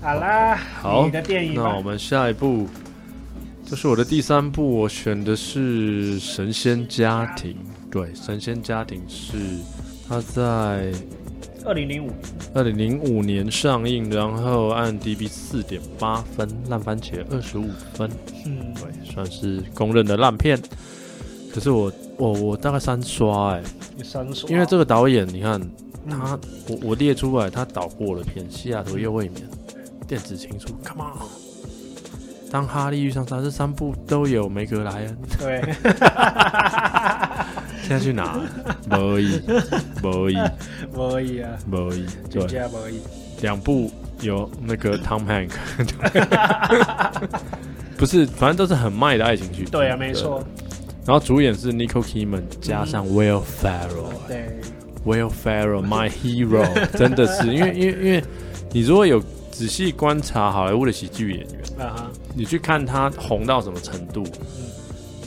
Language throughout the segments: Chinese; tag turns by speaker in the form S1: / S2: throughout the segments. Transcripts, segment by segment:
S1: 好啦，
S2: 好
S1: 你的电影
S2: 那
S1: 吧
S2: 我们下一步，这是我的第三部，我选的是《神仙家庭》。对，《神仙家庭是》它在
S1: 二零零五
S2: 二零零五年上映，然后按 DB 四点八分，烂番茄二十五分，
S1: 嗯，
S2: 对，算是公认的烂片。可是我我我大概三刷哎、
S1: 有三首，
S2: 因为这个啊导演，你看
S1: 啊嗯
S2: 他，我我列出来，他导过的片《西雅图夜未眠》《电子情书》，Come on，当哈利遇上他，这三部都有梅格莱恩。
S1: 对，
S2: 现在去 哪？没意，没意，
S1: 可以啊，
S2: 没意。
S1: 评
S2: 对，
S1: 价可以，
S2: 两部有那个 Tom Hank，不是，反正都是很卖的爱情剧。
S1: 对啊，没。错，嗯
S2: 然后主演是 Nicole Kidman 加上 Will Ferrell。
S1: 对，
S2: Will Ferrell My Hero，真 的是，因为因为因为你如果有仔细观察好莱坞的喜剧演员，
S1: 啊哈，
S2: 你去看他红到什么程度，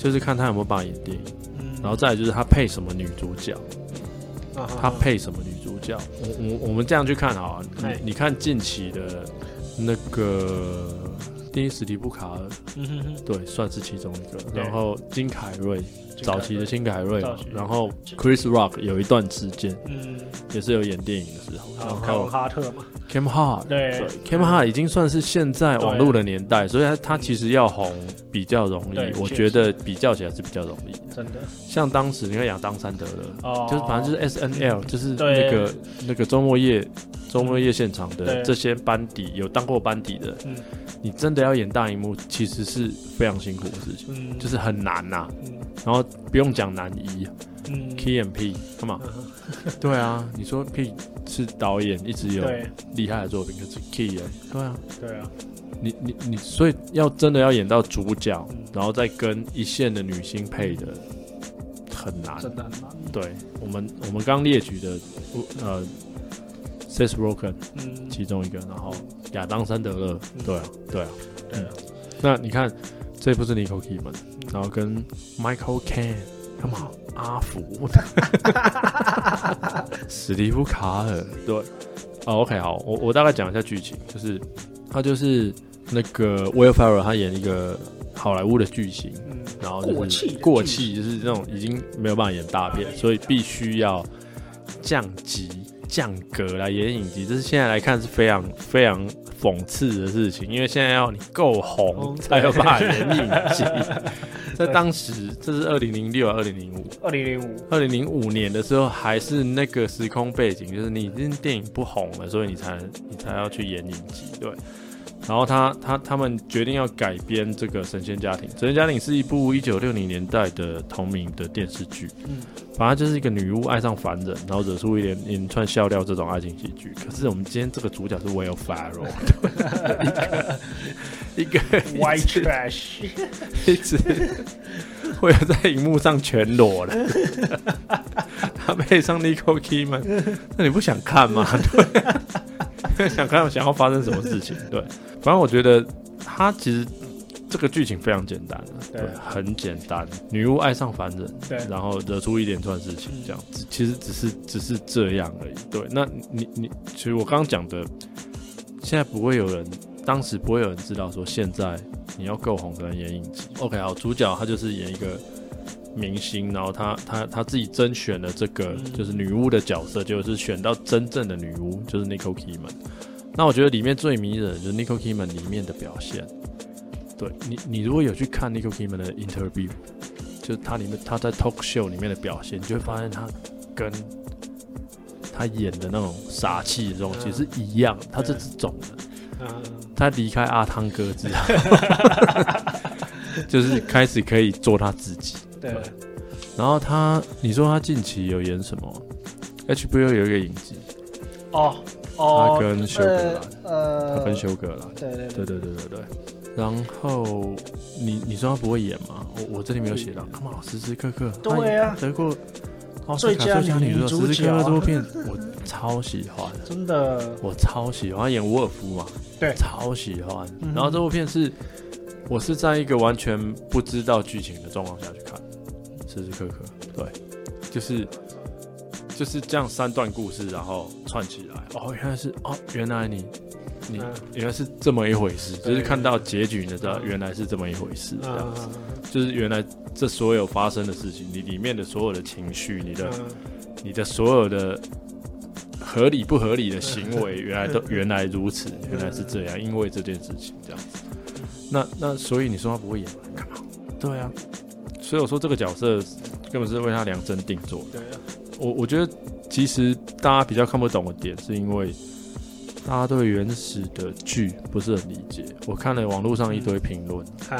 S2: 就是看他有没有办法演电影，
S1: 嗯，
S2: 然后再来就是他配什么女主角，
S1: 啊哈
S2: 他配什么女主角。我我我们这样去看好啊，
S1: 哎
S2: 你你看近期的那个。第一史蒂夫卡尔，
S1: 嗯哼哼
S2: 对，算是其中一个。
S1: 对
S2: 然后金凯瑞，早期的金凯瑞嘛
S1: 早期，
S2: 然后 Chris Rock 有一段时间
S1: 嗯，
S2: 也是有演电影的时候，然
S1: 好，凯
S2: 后
S1: 文哈特嘛，
S2: Cam Hart，
S1: 对
S2: ，Cam Hart 已经算是现在网络的年代，所以他他其实要红比较容
S1: 对
S2: 易，我
S1: 确
S2: 觉
S1: 实
S2: 得比较起来是比较容易。
S1: 真的，
S2: 像当时你看亚当山德勒，
S1: 哦，
S2: 就是反正就是 S N L，就是
S1: 对
S2: 那个那个周末夜周末夜现场的
S1: 对
S2: 这些班底有当过班底的
S1: 嗯，
S2: 你真的要演大荧幕，其实是非常辛苦的事情，
S1: 嗯，
S2: 就是很难呐。
S1: 嗯
S2: 然后不用讲男一
S1: 嗯
S2: K M P，干嘛
S1: 嗯？哼
S2: 对啊，你说 P 是导演一直有
S1: 对
S2: 厉害的作品，可是 Key 哎，对啊。
S1: 对啊，
S2: 你你你，所以要真的要演到主角
S1: 嗯，
S2: 然后再跟一线的女星配的，很难。
S1: 真的很难，
S2: 对我们我们刚列举的，呃 s e s Rogen
S1: 嗯，
S2: 其中一个，然后亚当·山德勒，
S1: 嗯
S2: 对啊对啊。
S1: 对啊，
S2: 那你看，这部是 Nicole Kidman，
S1: 嗯
S2: 然后跟 Michael Caine，干嘛？阿福，史蒂夫·卡尔，对。哦，OK，好，我我大概讲一下剧情，就是他就是那个 Will Ferrell，他演一个好莱坞的巨星，
S1: 嗯，
S2: 然后就是
S1: 过气的
S2: 过
S1: 巨星
S2: 气就是这种已经没有办法演大片，所以必须要降级降格来演影集，这是现在来看是非常非常讽刺的事情，因为现在要你够红
S1: 红
S2: 才有办法演影 集。在当时，这是二零零六、二零零五、
S1: 二零零五，
S2: 二零零五年的时候，还是那个时空背景，就是你已经电影不红了，所以你才你才要去演影集，对。然后他他他们决定要改编这个《神仙家庭》，《神仙家庭》是一部一九六零年代的同名的电视剧，
S1: 嗯
S2: 反正就是一个女巫爱上凡人，然后惹出一连连串笑料这种爱情喜剧。可是我们今天这个主角是 Will Ferrell，一个 一个
S1: ，White Trash，
S2: 一直会有在荧幕上全裸的，他配上 Nicole Kidman，那你不想看吗？对，想看想要发生什么事情？对，反正我觉得他其实这个剧情非常简单啊，
S1: 对
S2: 对，很简单，女巫爱上凡人，
S1: 对
S2: 然后惹出一连串事情，这样子，其实只是只是这样而已。对，那你你其实我刚刚讲的，现在不会有人，当时不会有人知道说现在你要够红才能演影集。OK，好，主角他就是演一个明星，然后他他他自己甄选了这个
S1: 嗯
S2: 就是女巫的角色，就是选到真正的女巫，就是 Nicole Kidman。那我觉得里面最迷人的就是 Nicole Kidman 里面的表现。对你，你如果有去看 Nicole Kidman 的 interview，就是他里面他在 talk show 里面的表现，你就会发现他跟他演的那种傻气的东西
S1: 嗯
S2: 是一样，他这
S1: 对
S2: 是肿的。
S1: 嗯，
S2: 他离开阿汤哥之后，就是开始可以做他自己。
S1: 对，
S2: 然后他，你说他近期有演什么？HBO 有一个影集，
S1: 哦
S2: 他
S1: 哦，
S2: 跟修格
S1: 呃
S2: 兰，他
S1: 呃，
S2: 跟修格兰，
S1: 对对
S2: 对对对对对。然后你你说他不会演吗？我我这里没有写到，干嘛时时刻刻他
S1: 嗯对啊
S2: 得过奥斯卡
S1: 最佳
S2: 最佳女
S1: 女
S2: 主角，
S1: 主
S2: 时时刻刻
S1: 角
S2: 这部片我超喜欢。
S1: 真的，
S2: 我超喜欢他演沃尔夫嘛，
S1: 对
S2: 超喜欢。
S1: 嗯哼
S2: 然后这部片是，我是在一个完全不知道剧情的状况下去看，时时刻刻，对，就是就是这样三段故事，然后串起来。哦，原来是哦，原来你你
S1: 嗯
S2: 原来是这么一回事，就是
S1: 对
S2: 看到结局，你知道原来是这么一回事，这样子，
S1: 嗯
S2: 就是原来这所有发生的事情，你里面的所有的情绪，你的
S1: 嗯
S2: 你的所有的合理不合理的行为，原来都原来如此，原来是这样，因为这件事情这样子。那那所以你说他不会演完干嘛？对啊，所以我说这个角色根本是为他量身定做的。
S1: 对啊，
S2: 我我觉得其实大家比较看不懂的点，是因为大家对原始的剧不是很理解。我看了网络上一堆评论，
S1: 嗯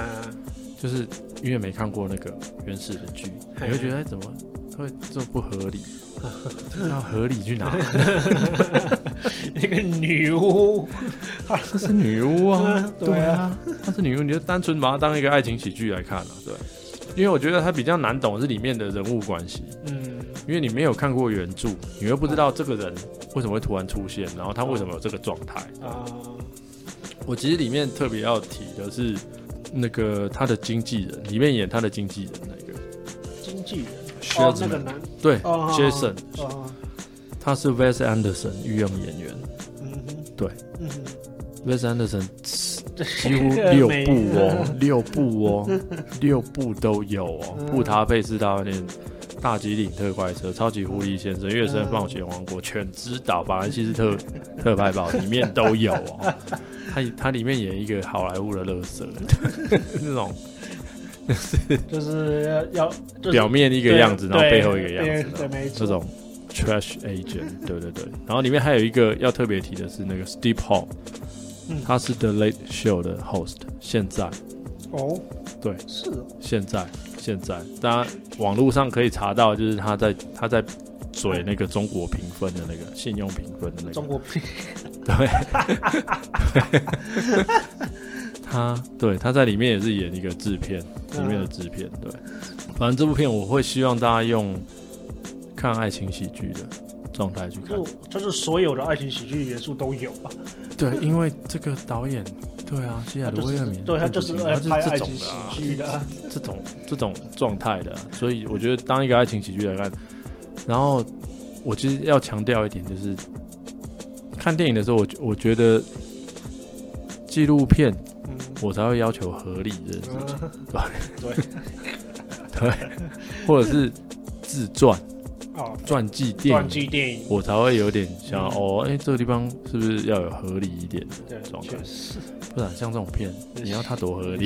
S2: 就是因为没看过那个原始的剧，你会觉得哎怎么会这么不合 理？这要合理去 哪？
S1: 那个女巫，
S2: 这是女巫啊
S1: 嗯，对啊，
S2: 她是女巫，你就单纯把它当一个爱情喜剧来看了、啊，对。因为我觉得它比较难懂的是里面的人物关系，
S1: 嗯，
S2: 因为你没有看过原著，你又不知道这个人为什么会突然出现，然后他为什么有这个状态。
S1: 啊，
S2: 我其实里面特别要提的是那个他的经纪人，里面演他的经纪人那个
S1: 经纪人，哦，那个
S2: Sheldon，
S1: 男，
S2: 对
S1: 哦
S2: ，Jason，
S1: 哦，
S2: 他是 Wes Anderson 御用演员
S1: 嗯哼，
S2: 对
S1: 嗯哼，
S2: ，Wes Anderson
S1: 几
S2: 几乎六部哦，六部哦，六部都有哦
S1: 嗯，
S2: 布达佩斯大饭店。大吉岭特快车、超级狐狸先生、月升冒险王
S1: 嗯
S2: 国、犬之岛、法兰西斯特特派报里面都有 哦。他他里面演一个好莱坞的乐色， 那种
S1: 就是要要就是
S2: 表面一个样子，然后背后一个样子，
S1: 对，没错，
S2: 这种 trash agent，对对对。然后里面还有一个要特别提的是那个 Steve Hall，
S1: 嗯
S2: 他是 The Late Show 的 host，现在
S1: 哦，
S2: 对
S1: 是哦，
S2: 现在现在，大家网络上可以查到，就是他在他在嘴那个中国评分的那个信用评分的那
S1: 嗯中
S2: 个，
S1: 国片，
S2: 对，他对他在里面也是演一个制片，
S1: 嗯
S2: 里面的制片，对，反正这部片我会希望大家用看爱情喜剧的状态去看
S1: 就，就是所有的爱情喜剧元素都有吧，
S2: 对，因为这个导演。对啊，希
S1: 他
S2: 尔
S1: 就
S2: 罗威尔
S1: 是
S2: 明，
S1: 对他就是
S2: 他
S1: 爱
S2: 就是
S1: 拍
S2: 这
S1: 爱
S2: 种
S1: 情
S2: 的
S1: 喜
S2: 啊
S1: 剧的啊，
S2: 这种这种状态的啊、所以我觉得当一个爱情喜剧来看，然后我其实要强调一点，就是看电影的时候，我我觉得纪录片
S1: 嗯，
S2: 我才会要求合理的事
S1: 啊
S2: 情，
S1: 对，
S2: 或者是自传、
S1: 哦，
S2: 传记啊电
S1: 传
S2: 影，
S1: 记电影，
S2: 我才会有点想要
S1: 嗯
S2: 哦，哎、这个地方是不是要有合理一点的？
S1: 对，
S2: 状态
S1: 确实，
S2: 不然像这种片，
S1: 是
S2: 你要它多合理，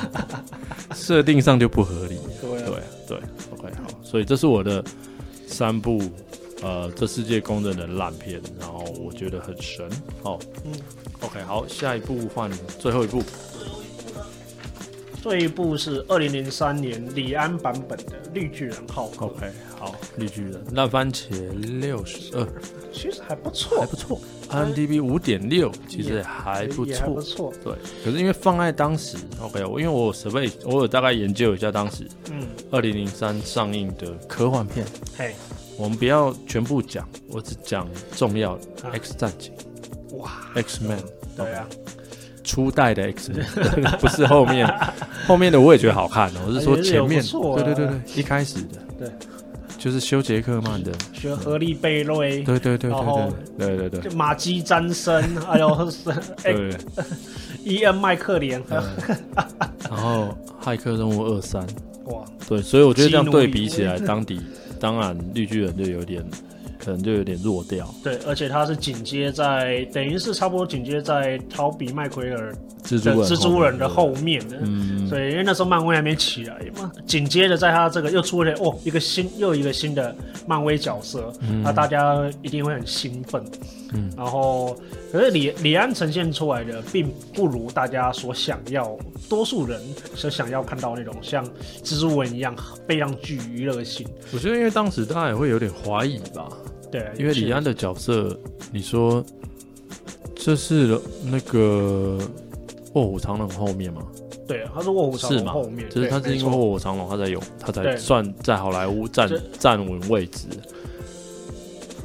S2: 设定上就不合理。
S1: 对啊
S2: 对对，OK 好，所以这是我的三部呃，这世界公认的烂片，然后我觉得很神哦。
S1: 嗯
S2: OK 好，下一部换最后一部，
S1: 这一部是二零零三年李安版本的《绿巨人浩克》
S2: OK 好，绿巨人烂番茄六十二，
S1: 其实还不
S2: 还
S1: 错，
S2: 不错，IMDB 五点六，其实还不
S1: 哎也还
S2: 错
S1: 不。错。
S2: 对，可是因为放在当时，OK，我因为我有 survey，我有大概研究一下当时
S1: 嗯，
S2: 二零零三上映的科幻片，
S1: 嘿，
S2: 我们不要全部讲，我只讲重要的
S1: 啊
S2: X 战警。
S1: 哇，
S2: X Man，
S1: 对啊，
S2: 初代的 X Man，不 是后面，后面的我也觉得好看 哦，我是说前面，
S1: 也是有不错啊
S2: 对对对对，一开始的，
S1: 对，
S2: 就是修杰克曼的，
S1: 学合力贝瑞，
S2: 对对对
S1: 哎然后
S2: 对对对对
S1: 就
S2: 对
S1: 马基詹森， 哎还 有是
S2: 对
S1: 哎
S2: 对，对
S1: 伊恩麦克连，
S2: 嗯然后骇客任务二三，
S1: 哇，
S2: 对，所以我觉得这样对比起来，
S1: 基
S2: 当底当然绿巨人就有点，可能就有点弱掉，
S1: 对，而且他是紧接在，等于是差不多紧接在逃避麦奎尔
S2: 蜘蛛
S1: 的
S2: 人，
S1: 蜘蛛人的后，面的。
S2: 嗯，
S1: 所以因为那时候漫威还没起来嘛，紧接着在他这个又出了哦一个新又一个新的漫威角色，那大家一定会很兴奋。
S2: 嗯，
S1: 然后可是李李安呈现出来的并不如大家所想要，多数人所想要看到那种像蜘蛛人一样非常具娱乐性。
S2: 我觉得因为当时大家也会有点怀疑吧，
S1: 对，
S2: 因为李安的角色，你说这是那个卧虎藏龙后面吗？
S1: 对他是卧虎藏
S2: 是
S1: 龙
S2: 吗
S1: 后面，？
S2: 就是
S1: 对
S2: 他是
S1: 没
S2: 因为
S1: 错
S2: 卧虎藏龙，他才有，他才
S1: 对
S2: 算在好莱坞站
S1: 这
S2: 站稳位置。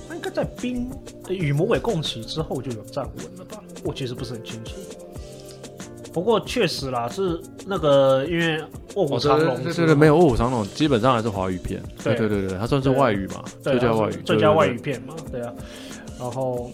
S1: 他应该在冰呃与魔鬼共骑之后就有站稳了吧？我其实不是很清楚。不过确实啦，是那个因为卧虎藏龙，
S2: 哦对对对，没有卧虎藏龙，基本上还是华语片。
S1: 对
S2: 对对对，他算是外语嘛，
S1: 对啊
S2: 最佳外语，
S1: 最佳外
S2: 对
S1: 语，片嘛，对啊。然后，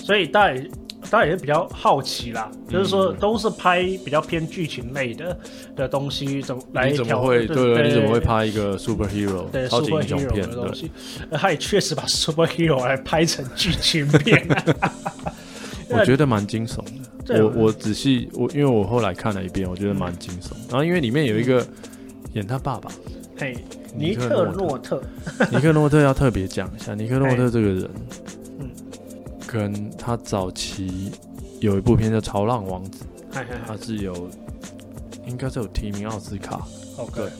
S1: 所以大家也当然也比较好奇啦，就是说
S2: 嗯
S1: 都是拍比较偏剧情类的的东西，怎么来
S2: 你怎么
S1: 调
S2: 会
S1: 对
S2: 对？
S1: 对
S2: 你怎么会拍一个 superhero
S1: 对
S2: 超级英雄
S1: superhero
S2: 片？
S1: 的
S2: 对
S1: 东，西，呃他也确实把 superhero 来拍成剧情片，啊
S2: 我觉得蛮惊悚
S1: 对啊
S2: 的。我我仔细我因为我后来看了一遍，我觉得蛮惊悚。然后因为里面有一
S1: 嗯
S2: 个演他爸爸
S1: 嘿，
S2: 尼
S1: 哎尼
S2: 克
S1: 克
S2: 诺
S1: 诺特，
S2: 尼克诺特，要特别讲一下尼克诺特这个人
S1: 嗯，
S2: 跟他早期有一部片叫《潮浪王子》，
S1: 嘿嘿嘿
S2: 他是有应该是有提名奥斯卡，
S1: ，OK，
S2: 对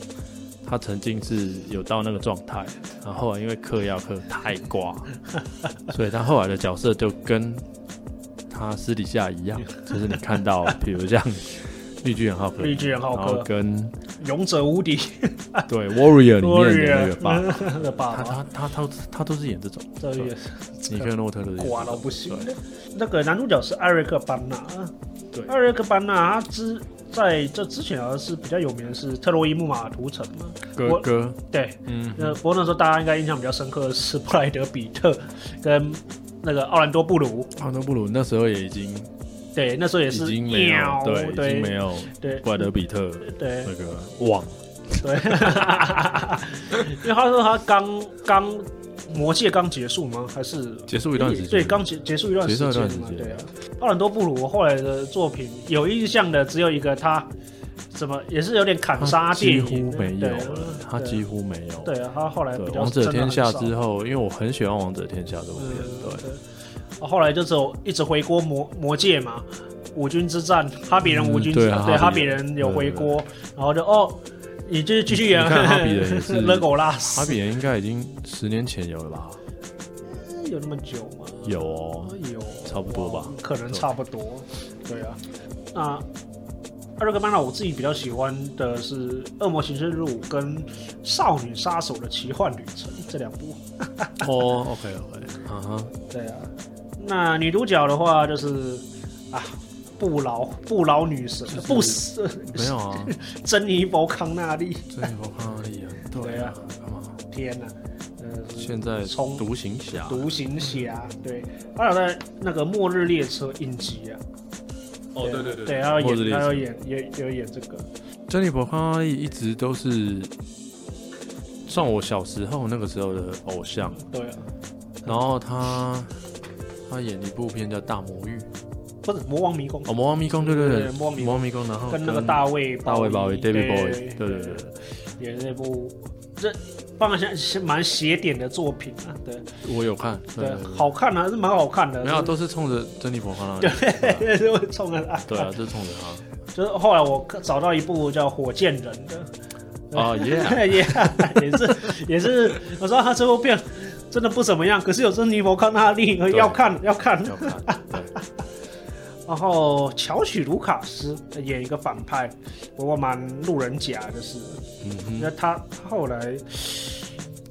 S2: 他曾经是有到那个状态，然后后啊来因为嗑药嗑太瓜，所以他后来的角色就跟他私底下一样，就是你看到，比如像绿巨人浩克，
S1: 绿巨人浩
S2: 然后
S1: 克，
S2: 跟
S1: 勇者无敌，
S2: 对 Warrior
S1: 多
S2: 里面的那
S1: 人
S2: 个爸，
S1: 的爸
S2: 他
S1: 爸，
S2: 他他他他都是演这种，
S1: 这也是
S2: 尼克诺特都是演这
S1: 瓜
S2: 种
S1: 到不行
S2: 对。
S1: 那个男主角是艾瑞克·班纳，
S2: 对
S1: 艾瑞克·班纳他之在这之前好像是比较有名的是特洛伊木马屠城嘛，
S2: 哥哥，
S1: 对，
S2: 嗯，
S1: 那不过那时候大家应该印象比较深刻的是布莱德·比特跟那个奥兰多·布鲁，
S2: 奥诺布鲁啊那时候也已经
S1: 对，那时候也
S2: 已
S1: 是
S2: 经没有
S1: 喵
S2: 对，已经没
S1: 对
S2: 有
S1: 对
S2: 布莱德比特
S1: 对
S2: 那个网，
S1: 对，因为他说他刚刚魔戒刚结束吗？还是
S2: 结束一段时间
S1: 对，刚结结束一段时
S2: 结束一
S1: 间
S2: 段
S1: 嘛
S2: 时，间
S1: 对啊。奥兰多布鲁后来的作品有印象的只有一个，他什么也是有点砍啊杀
S2: 他
S1: 电
S2: 几
S1: 影，
S2: 乎没有
S1: 对啊
S2: 了，他几乎没有。
S1: 对啊，他后来
S2: 对
S1: 比，较
S2: 王者天下之
S1: 后，
S2: 后，因为我很喜欢王者天下这部
S1: 嗯
S2: 片，对，
S1: 对，啊后来就只有一直回锅魔魔戒嘛。五军之战，哈比人无军之
S2: 嗯对
S1: 战，
S2: 啊
S1: 对
S2: 哈
S1: 哈
S2: 比
S1: 比
S2: 人
S1: 人有回
S2: 对对对
S1: 锅，然后就哦，你就继续演啊
S2: 你看哈 比人也是
S1: 勒狗拉斯，
S2: 哈比人应该已经十年前有了吧？
S1: 有那么久吗？
S2: 有哦，
S1: 有，
S2: 差不多吧
S1: 哇可能差不多。对啊，那二六个班纳我自己比较喜欢的是《恶魔行尸日舞》跟《少女杀手的奇幻旅程》这两部。
S2: 哦 ，OK OK，啊哈，
S1: 对啊，那女主角的话就是啊，不老不老女神，
S2: 就是
S1: 不死
S2: 没有啊，
S1: 珍妮佛康纳利。
S2: 最后看到你啊，对
S1: 对啊，
S2: 啊干嘛？
S1: 天哪、呃，
S2: 现在
S1: 从
S2: 独行侠，
S1: 独行侠，对，还有在那个《末日列车》影集啊，
S2: 哦对对对
S1: 对，他要
S2: 末日列
S1: 演，他
S2: 车
S1: 要演，也有演这个，
S2: 珍妮佛康纳利一直都是算我小时候那个时候的偶像，
S1: 对啊，
S2: 然后他他演一部片叫《大魔域》，
S1: 不是魔王迷宫
S2: 哦，魔王迷宫，对对对，
S1: 对魔王迷宫
S2: 王迷宫，然后
S1: 跟那个大卫
S2: 大卫鲍威
S1: 对
S2: David Bowie，对对对，
S1: 演的那部这放下是蛮邪点的作品啊，对
S2: 我有看，对
S1: 对
S2: 对，对
S1: 好看啊，是蛮好看的，
S2: 没有
S1: 就是
S2: 都是冲着珍妮佛康纳利去的，
S1: 对，就会冲着他，
S2: 对啊，就是冲着
S1: 就是后来我找到一部叫《火箭人》的，
S2: 他，哦耶，
S1: 也 也是也是，我知道他这部片真的不怎么样，可是有珍妮佛康纳利
S2: 对
S1: 要看要看，
S2: 要看，对，
S1: 然后乔许卢卡斯演一个反派，不过蛮路人甲的是，
S2: 嗯
S1: 那他他后来，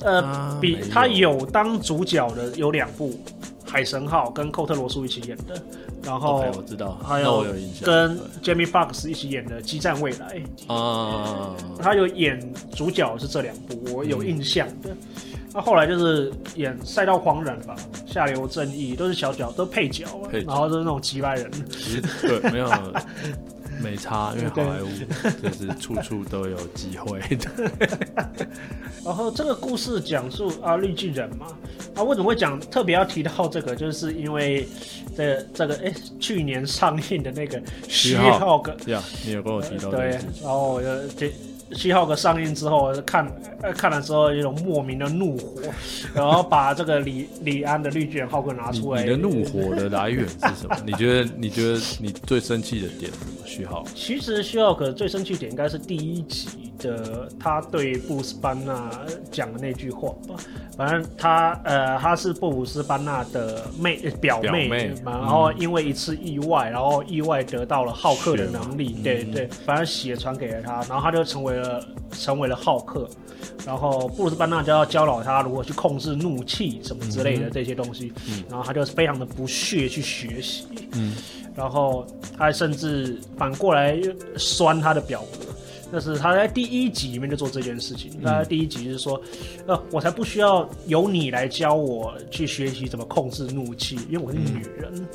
S2: 哼，
S1: 呃，
S2: 啊
S1: 比
S2: 没
S1: 他有当主角的有两部，《海神号》跟寇特罗素一起演的，然后
S2: OK，我知道，
S1: 哦还有
S2: 那我有印象，
S1: 跟
S2: 对
S1: Jamie Foxx 一起演的《激战未来》，
S2: 啊啊，啊啊
S1: 他有演主角是这两部，我
S2: 嗯
S1: 有印象的。那后来就是演《赛道狂人》吧，《下流正义》都是小角，都配角啊，
S2: 配角
S1: 然后都是那种几百人。
S2: 其实对，没有没差，因为好莱坞就是处处都有机会 的。
S1: 然后这个故事讲述啊绿巨人嘛，啊为什么会讲特别要提到这个，就是因为这这个哎去年上映的那个
S2: 虚
S1: 虚
S2: 号
S1: 号哥，
S2: 呀，你有跟我提到这
S1: 对
S2: 个事，情，
S1: 然后我就这。虚号哥上映之后看呃看了之后有一种莫名的怒火，然后把这个李李安的绿巨人浩克拿
S2: 你
S1: 出来。
S2: 你的怒火的来源是什么？ 你觉得你觉得你最生气的点是什么？徐浩，
S1: 其实徐浩可最生气点应该是第一集的他对布鲁斯班纳讲的那句话吧。反正他呃，他是布鲁斯班纳的妹呃表
S2: 表
S1: 妹
S2: 妹
S1: 嘛，然后因为一次意外，然后意外得到了浩克的能力
S2: 血嘛，
S1: 对
S2: 嗯
S1: 对，反正血传给了他，然后他就成为了成为了浩克，然后布鲁斯班纳就要教导他如何去控制怒气什么之类
S2: 嗯
S1: 的这些东西，然后他就非常的不屑去学习，
S2: 嗯，
S1: 然后他甚至反过来又酸他的表哥，但是他在第一集里面就做这件事情。
S2: 嗯
S1: 那第一集就是说，呃，我才不需要由你来教我去学习怎么控制怒气，因为我是女人。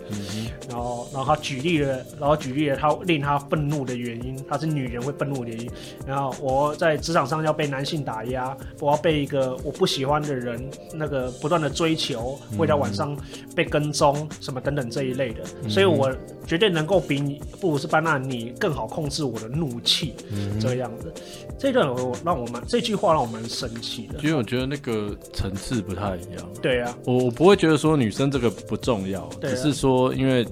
S1: 然后，然后他举例了，然后举例了他令他愤怒的原因，他是女人会愤怒的原因。然后我在职场上要被男性打压，我要被一个我不喜欢的人那个不断的追求，会在晚上被跟踪什么等等这一类的。所以我绝对能够比你布鲁斯班纳你更好控制我的怒气，这样子。这段我让我蛮这句话让我蛮生气的。
S2: 因为我觉得那个层次不太一样。
S1: 对啊，
S2: 我我不会觉得说女生这个不重要，
S1: 对啊
S2: 只是说因为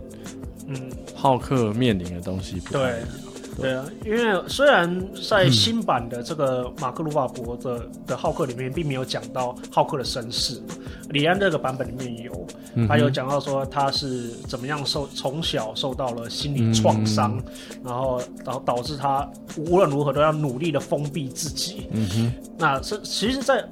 S1: 嗯。
S2: 浩克面临的东西不太一样。
S1: 对啊，因为虽然在新版的这个马克鲁法伯的的浩克里面，并没有讲到浩克的身世，李安这个版本里面有，
S2: 嗯
S1: 他有讲到说他是怎么样受从小受到了心理创伤，然后导导致他无论如何都要努力的封闭自己。
S2: 嗯哼，
S1: 那是其实，在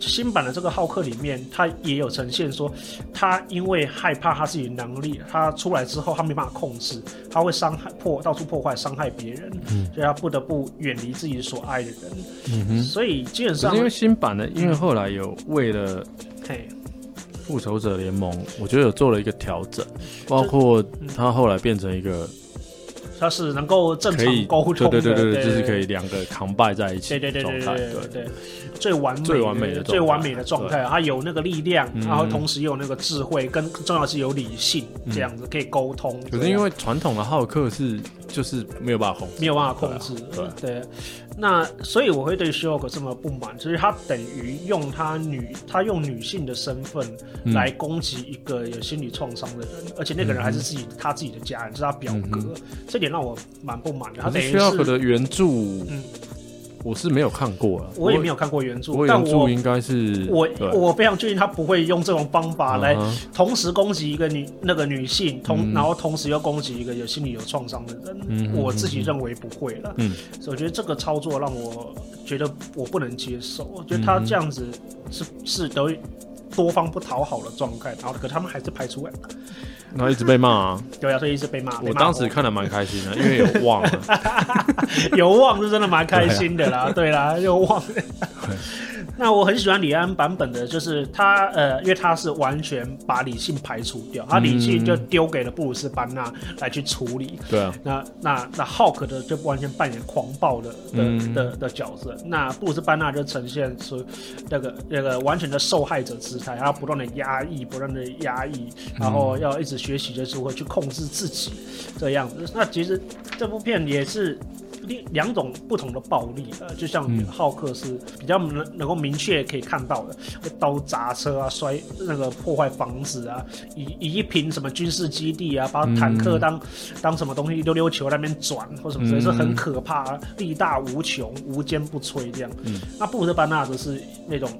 S1: 新版的这个浩克里面，他也有呈现说，他因为害怕他自己的能力，他出来之后他没办法控制，他会伤害破到处破坏伤害别人，所以他不得不远离自己所爱的人。
S2: 嗯哼。
S1: 所以基本
S2: 可
S1: 上
S2: 是因，为新版的，因为后来有为了
S1: 嘿，
S2: 复仇者联盟，我觉得有做了一个调整，包括他后来变成一个
S1: 他是能够正
S2: 可以
S1: 常沟通
S2: 对
S1: 的，
S2: 对对
S1: 对，
S2: 就是可以两个扛拜在一起
S1: 对。对对
S2: 的状
S1: 对
S2: 态。
S1: 对对对，最完美
S2: 最完美的状态嗯
S1: 最完美的状态，他有那个力量，然后同时也有那个智慧，跟重要是有理性，这样子可以沟通。
S2: 嗯可
S1: 这
S2: 是
S1: 样
S2: 因为传统的浩克是就是没有办法控制，
S1: 没有办法控制。
S2: 对啊
S1: 对那所以我会对 s h o k 这么不满，就是他等于用他女，他用女性的身份
S2: 嗯
S1: 来攻击一个有心理创伤的人，而且那个人还是自己、他自己的家人，是他表哥，这点让我蛮不满的。他
S2: 嗯可
S1: 等于
S2: 是 Sherlock
S1: 是，
S2: 的原著
S1: 嗯，
S2: 我是没有看过啊，
S1: 我也没有看过原著
S2: 我，我
S1: 但
S2: 原著
S1: 我
S2: 应该是
S1: 我
S2: 对
S1: 我非常确定他不会用这种方法来
S2: 嗯哼
S1: 同时攻击一个女那个女性，同、然后同时又攻击一个有心理有创伤的人，
S2: 嗯
S1: 我自己认为不会了。
S2: 嗯
S1: 所以我觉得这个操作让我觉得我不能接受，我觉得他这样子是、是等于多方不讨好的状态，然后可他们还是排出来了，
S2: 然后一直被骂、啊，
S1: 对啊，所以一直被骂。被
S2: 我
S1: 骂
S2: 当时
S1: 过
S2: 看的蛮开心的，因为有 忘了，
S1: 有望是真的蛮开心的啦，对啦，有望。那我很喜欢李安版本的，就是他呃，因为他是完全把理性排除掉，他理性就丢给了布鲁斯班纳来去处理。
S2: 对啊，
S1: 那那那浩克的就完全扮演狂暴的的、的的角色，那布鲁斯班纳就呈现出那个那个完全的受害者姿态，他不断的压抑，不断的压抑，然后要一直学习就是会去控制自己这样子。那其实这部片也是。另两种不同的暴力，呃，就像浩克是比较能能够明确可以看到的，刀砸车啊，摔那个破坏房子啊，以以一瓶什么军事基地啊，把坦克当、当什么东西溜溜球在那边转或什么之类，是很可怕，力大无穷，无坚不摧这样。那布鲁斯班纳则是那种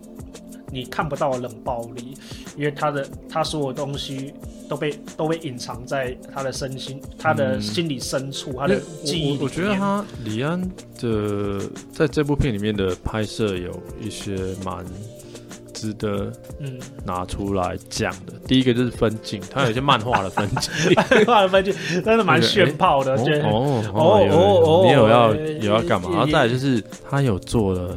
S1: 你看不到的冷暴力，因为他的他所有东西都被都被隐藏在他的身心、他的心理深处、他的记忆
S2: 我
S1: 里
S2: 我我觉得
S1: 面
S2: 他李安的在这部片里面的拍摄有一些蛮值得
S1: 嗯，
S2: 拿出来讲的。第一个就是分镜，他有一些漫画的分镜，
S1: 画的分就真的蛮炫炮的，觉得
S2: 哦哦
S1: 哦
S2: 有
S1: 哦
S2: 你有要
S1: 哦
S2: 有要干嘛？
S1: 也
S2: 然后再来就是他有做了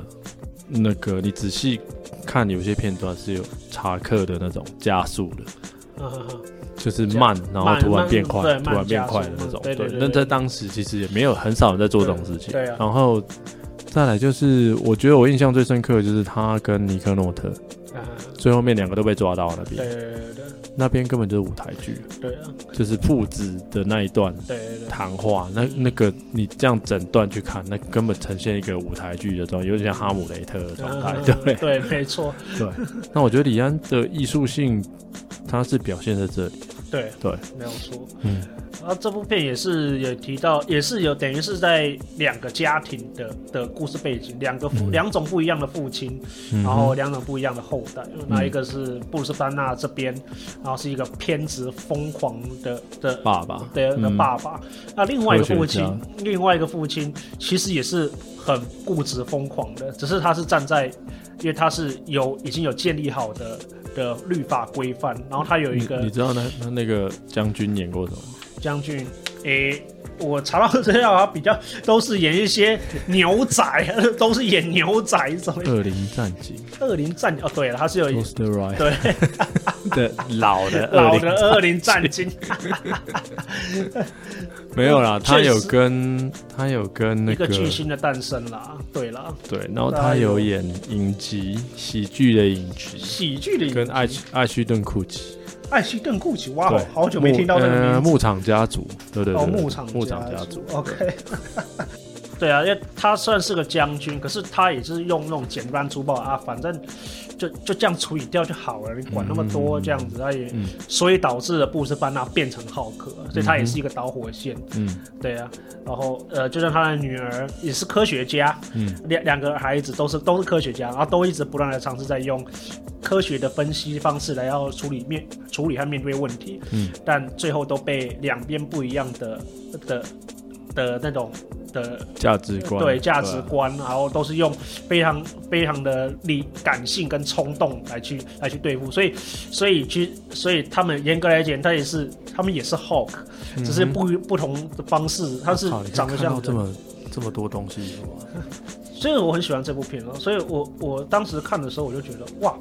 S2: 那个，你仔细看有些片段是有查克的那种加速的，
S1: 嗯 嗯嗯
S2: 就是慢，然后
S1: 慢
S2: 突然变快，
S1: 慢对
S2: 突然变快的
S1: 慢加速
S2: 那种。
S1: 嗯对对对
S2: 那
S1: 对
S2: 在当时其实也没有很少人在做这种事情。
S1: 对对啊
S2: 然后再来就是，我觉得我印象最深刻的就是他跟尼克诺特
S1: 嗯
S2: 最后面两个都被抓到那
S1: 对
S2: 边，
S1: 对对对
S2: 那边根本就是舞台剧，
S1: 对啊
S2: 就是父子的那一段。
S1: 对对对。
S2: 谈话，那那个你这样整段去看，那根本呈现一个舞台剧的状态，有点像哈姆雷特的状态，对不对？
S1: 嗯 对，没错，
S2: 对。那我觉得李安的艺术性，它是表现在这里，
S1: 对
S2: 对，
S1: 没有错。
S2: 嗯，
S1: 然后这部片也是有提到，也是有等于是在两个家庭的的故事背景，两个父、两种不一样的父亲，
S2: 嗯
S1: 然后两种不一样的后代。那一个是布鲁斯班纳这边，然后是一个偏执疯狂的的
S2: 爸爸，
S1: 的的
S2: 嗯
S1: 爸爸，那另外一个父
S2: 科
S1: 亲，另外一个父亲其实也是很固执疯狂的，只是他是站在，因为他是有已经有建立好的的律法规范，然后他有一
S2: 你
S1: 个
S2: 你知道那那那个将军演过什么？
S1: 将军，诶、我查到资料啊，比较都是演一些牛仔， 都是演牛仔什么
S2: 恶灵战警
S1: 恶灵战哦，对了，他是有
S2: g o s t Rider
S1: 对
S2: 的老的恶
S1: 老
S2: 灵
S1: 的恶灵战警，
S2: 没有啦，他
S1: 确
S2: 有
S1: 实
S2: 跟他有跟那
S1: 一个巨星的哎诞生啦，对啦，
S2: 对，然后他有演影集喜剧的影集，
S1: 喜剧里
S2: 跟艾希艾希顿库奇，
S1: 艾希顿·库奇，哇
S2: 对，，
S1: 啊好久没
S2: 牧
S1: 听到这个
S2: 呃
S1: 名字。
S2: 牧场家族，对对对，
S1: 哦，
S2: 对
S1: 牧场
S2: 牧场家
S1: 族
S2: 族，
S1: ，OK。对啊，因为他算是个将军，可是他也是用那种简单粗暴啊，反正就就这样处理掉就好了，你管那么多这样子，他也、
S2: 嗯
S1: 所以导致了布斯班纳变成浩克，所以他也是一个导火线。
S2: 嗯
S1: 对啊，然后呃，就像他的女儿也是科学家，
S2: 嗯
S1: 两两个孩子都是都是科学家，然后都一直不断的尝试在用科学的分析方式来要处理面处理和面对问题，
S2: 嗯，
S1: 但最后都被两边不一样的的的那种的
S2: 价值观，
S1: 对价值
S2: 啊，
S1: 观，然后都是用非常非常的理感性跟冲动来去来去对付，所以所以去所以他们严格来讲，他也是他们也是 Hulk，、只是不不同的方式，他是
S2: 嗯靠你可以
S1: 长得
S2: 看
S1: 像
S2: 到这
S1: 人
S2: 么这么多东西，哇
S1: 所以我很喜欢这部片哦，所以我我当时看的时候我就觉得哇，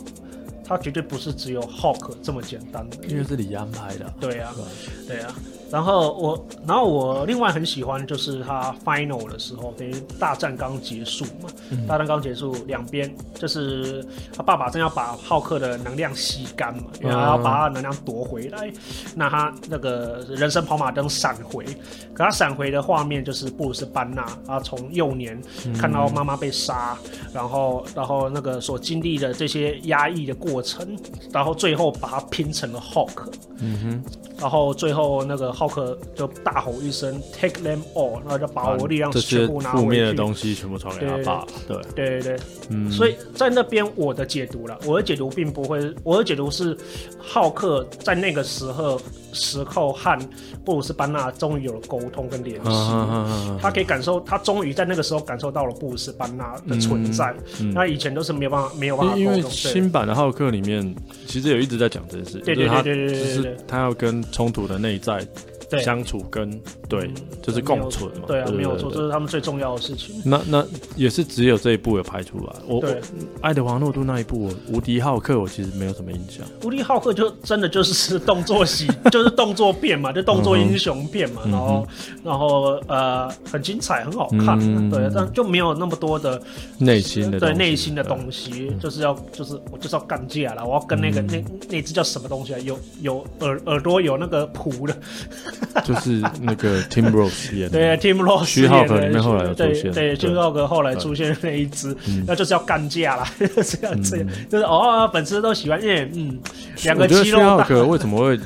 S1: 它绝对不是只有 Hulk 这么简单的，
S2: 因为是李安拍的啊，
S1: 对啊
S2: 对吧
S1: 对啊。然后我，然后我另外很喜欢就是它 final 的时候，等于大战刚结束嘛，
S2: 嗯
S1: 大战刚结束，两边就是他爸爸正要把浩克的能量吸干嘛，因为他
S2: 嗯
S1: 要把他的能量夺回来。那他那个人生跑马灯闪回，可他闪回的画面就是布鲁斯班纳啊，从幼年
S2: 嗯
S1: 看到妈妈被杀，然后然后那个所经历的这些压抑的过程，然后最后把它拼成了 Hulk。
S2: 嗯
S1: 然后最后那个浩克就大吼一声 “Take them all”，然后就把
S2: 哼，
S1: 我的力量
S2: 啊这
S1: 全
S2: 些
S1: 部拿
S2: 负面
S1: 回
S2: 的
S1: 去。
S2: 东西全部传给他爸，对，
S1: 对对对，
S2: 嗯，
S1: 所
S2: 以
S1: 以在那边我的解读了，我的解读并不会，我的解读是浩克在那个时候时候和布鲁斯班纳终于有了沟通跟
S2: 啊
S1: 联系。他可以感受，他终于在那个时候感受到了布鲁斯班纳的存在。
S2: 嗯
S1: 那以前都是没有办法，没有办法
S2: 因因
S1: 沟
S2: 为
S1: 通。对
S2: 新版的浩克里面，其实有一直在讲这件事，
S1: 对
S2: 就是他
S1: 对对对对对
S2: 就是他要跟冲突的内在
S1: 对，
S2: 相处跟对
S1: 嗯，
S2: 就是共存嘛，
S1: 对啊，没有错，这
S2: 对
S1: 是他们最重要的事情。
S2: 那那也是只有这一部有拍出来。我
S1: 对
S2: 我，爱德华诺顿那一部《无敌浩克》，我其实没有什么印象。
S1: 无力浩克就真的就是动作戏， 就是动作片嘛，就动作英雄片
S2: 嗯
S1: 嘛，然后然后呃很精彩，很好看，
S2: 嗯
S1: 对，但就没有那么多的
S2: 内心的
S1: 对
S2: 东西
S1: 内心的东西，就是要就是我就是要干架了，我要跟那
S2: 嗯
S1: 个、那那只叫什么东西啊，有有耳耳朵有那个蹼的，
S2: 就是那个 Tim Rose 演的，
S1: 对，Tim 啊 Ross
S2: 嗯虚浩克
S1: 演的
S2: 里面后来有出
S1: 对
S2: 现
S1: 对
S2: 对嗯
S1: ，Tim Ross 后来出现那一只，那就是要干架啦， 就是要这样，就是哦，粉丝都喜欢，因为嗯，两
S2: 我
S1: 个
S2: 觉得
S1: 肌
S2: 嗯虚
S1: 肉
S2: 浩
S1: 大。
S2: 克为什么会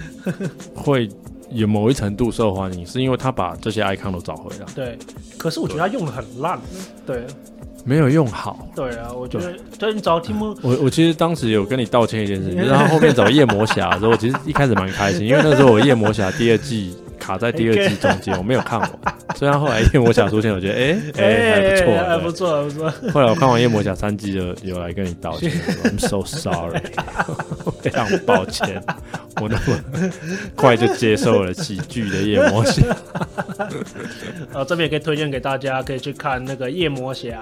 S2: 会有某一程度受欢迎，是因为他把这些 icon 都找回来，
S1: 对，可是我觉得他用的很烂。对
S2: 没有用好。
S1: 对啊，我觉得对你找题目，
S2: 我我其实当时有跟你道歉一件事情，就是他后面找夜魔侠的时候，我其实一开始蛮开心，因为那时候我夜魔侠第二季卡在第二季中间，我没有看完。虽然后来夜魔侠出现，我觉得哎哎、还不错，
S1: 哎还
S2: 对
S1: 不错，还不错。
S2: 后来我看完《夜魔侠》三季，就有来跟你道歉我说，I'm so sorry，非常抱歉，我那么快就接受了喜剧的《夜魔侠》。
S1: 呃，这边也可以推荐给大家，可以去看那个《夜魔侠》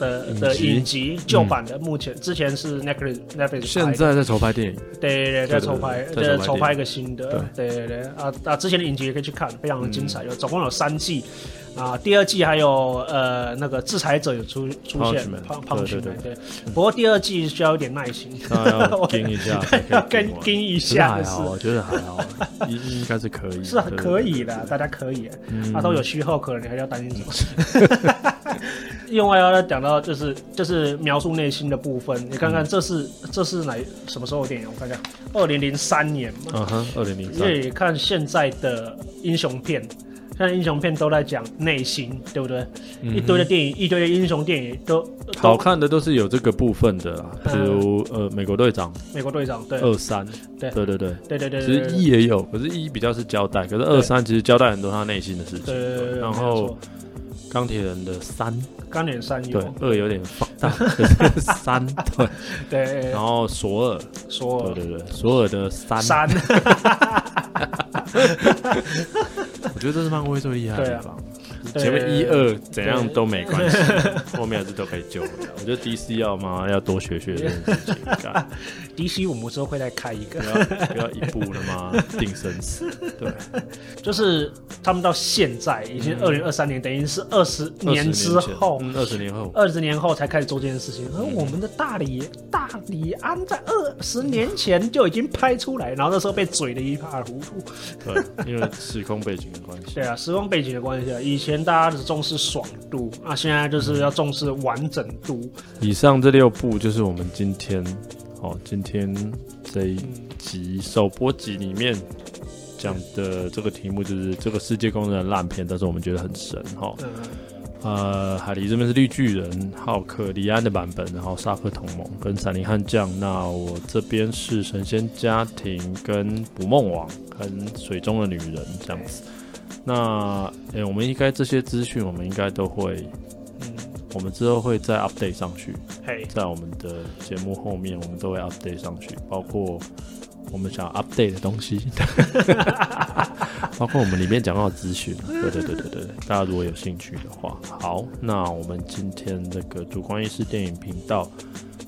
S1: 的的
S2: 影集嗯
S1: 影集旧版的，目前之前是 Netflix Netflix
S2: 现
S1: 拍的
S2: 在在筹拍电影，
S1: 对对对，在筹拍，
S2: 对对对
S1: 在
S2: 在筹拍
S1: 筹拍一个新的，对对对啊啊，之前的影集也可以去看，非常的精彩，有总共有三季。
S2: 嗯
S1: 啊，第二季还有呃那个制裁者有出出现
S2: Punchman，
S1: 胖
S2: 对
S1: 胖
S2: 对
S1: 群
S2: 对
S1: 对，不过第二季需要一点耐心，
S2: 那要跟一下，
S1: 要跟跟
S2: 一
S1: 一下
S2: 还
S1: 的是
S2: 啊好，。我觉得还好，应应该是可以，
S1: 是啊
S2: 对，对
S1: 可
S2: 对嗯
S1: 以的，大家可以，啊，都有虚后可能你还要担心什么？ 另外要讲到就是就是描述内心的部分，你
S2: 嗯
S1: 看看这是这是哪什么时候的电影？我看一下，二零零三年嘛，
S2: 嗯哼，二零零
S1: 因
S2: 三，
S1: 为你看现在的英雄片，现在英雄片都在讲内心，对不对？一堆的电影，一堆的英雄电影都
S2: 嗯好
S1: 都
S2: 看的都是有这个部分的啦，比如呃，美国队长
S1: 美国队长，嗯对
S2: 二三，
S1: 对
S2: 对对对，
S1: 对对对
S2: 其
S1: 对
S2: 实一
S1: 对
S2: 也有，可呃是一比较是交代，可是二三其实交代很多他内心的事情。
S1: 对对，
S2: 然后钢铁人的三，
S1: 钢铁三
S2: 对
S1: 有，
S2: 二有点放 大， 可是三对，
S1: 对
S2: 然后索尔，
S1: 说
S2: 对对对，索尔的三，
S1: 三，
S2: 我觉得这是漫威最厉害的地方。
S1: 对
S2: 前面一二怎样都没关系， 后面还是都可以救回来。我觉得 DC 要嘛要多学学这件 事情，干
S1: DC 我们之后会再开一个
S2: 不，要不要一步了嘛定生死。对，
S1: 就是他们到现在已经二零二三年，等于是二十 年之后，
S2: 二十年后，
S1: 二十年后才开始做这件事情。而我们的大李大李安在二十年前就已经拍出来，然后那时候被嘴的一塌糊涂。
S2: 对，因为时空背景的关系
S1: 对，啊，时空背景的关系啊，以前大家只重视爽度啊，现在就是要重视完整度。
S2: 以上这六部就是我们今天，哦，今天这一
S1: 嗯
S2: 集首播集里面讲的这个题目就是这个世界公认的烂片，但是我们觉得很神哦哈。
S1: 嗯，
S2: 呃，海狸这边是绿巨人、浩克、李安的版本，然后沙克同盟跟闪灵悍将。那我这边是神仙家庭跟捕梦网跟水中的女人这样子。那诶、我们应该这些资讯，我们应该都会，
S1: 嗯
S2: 我们之后会再 update 上去。
S1: 嘿，
S2: 在我们的节目后面，我们都会 update 上去，包括我们想 update 的东西，包括我们里面讲到的资讯。对对对对对，大家如果有兴趣的话，好，那我们今天这个主观意识电影频道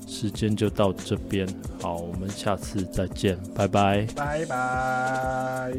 S2: 时间就到这边，好，我们下次再见，拜拜。
S1: 拜拜。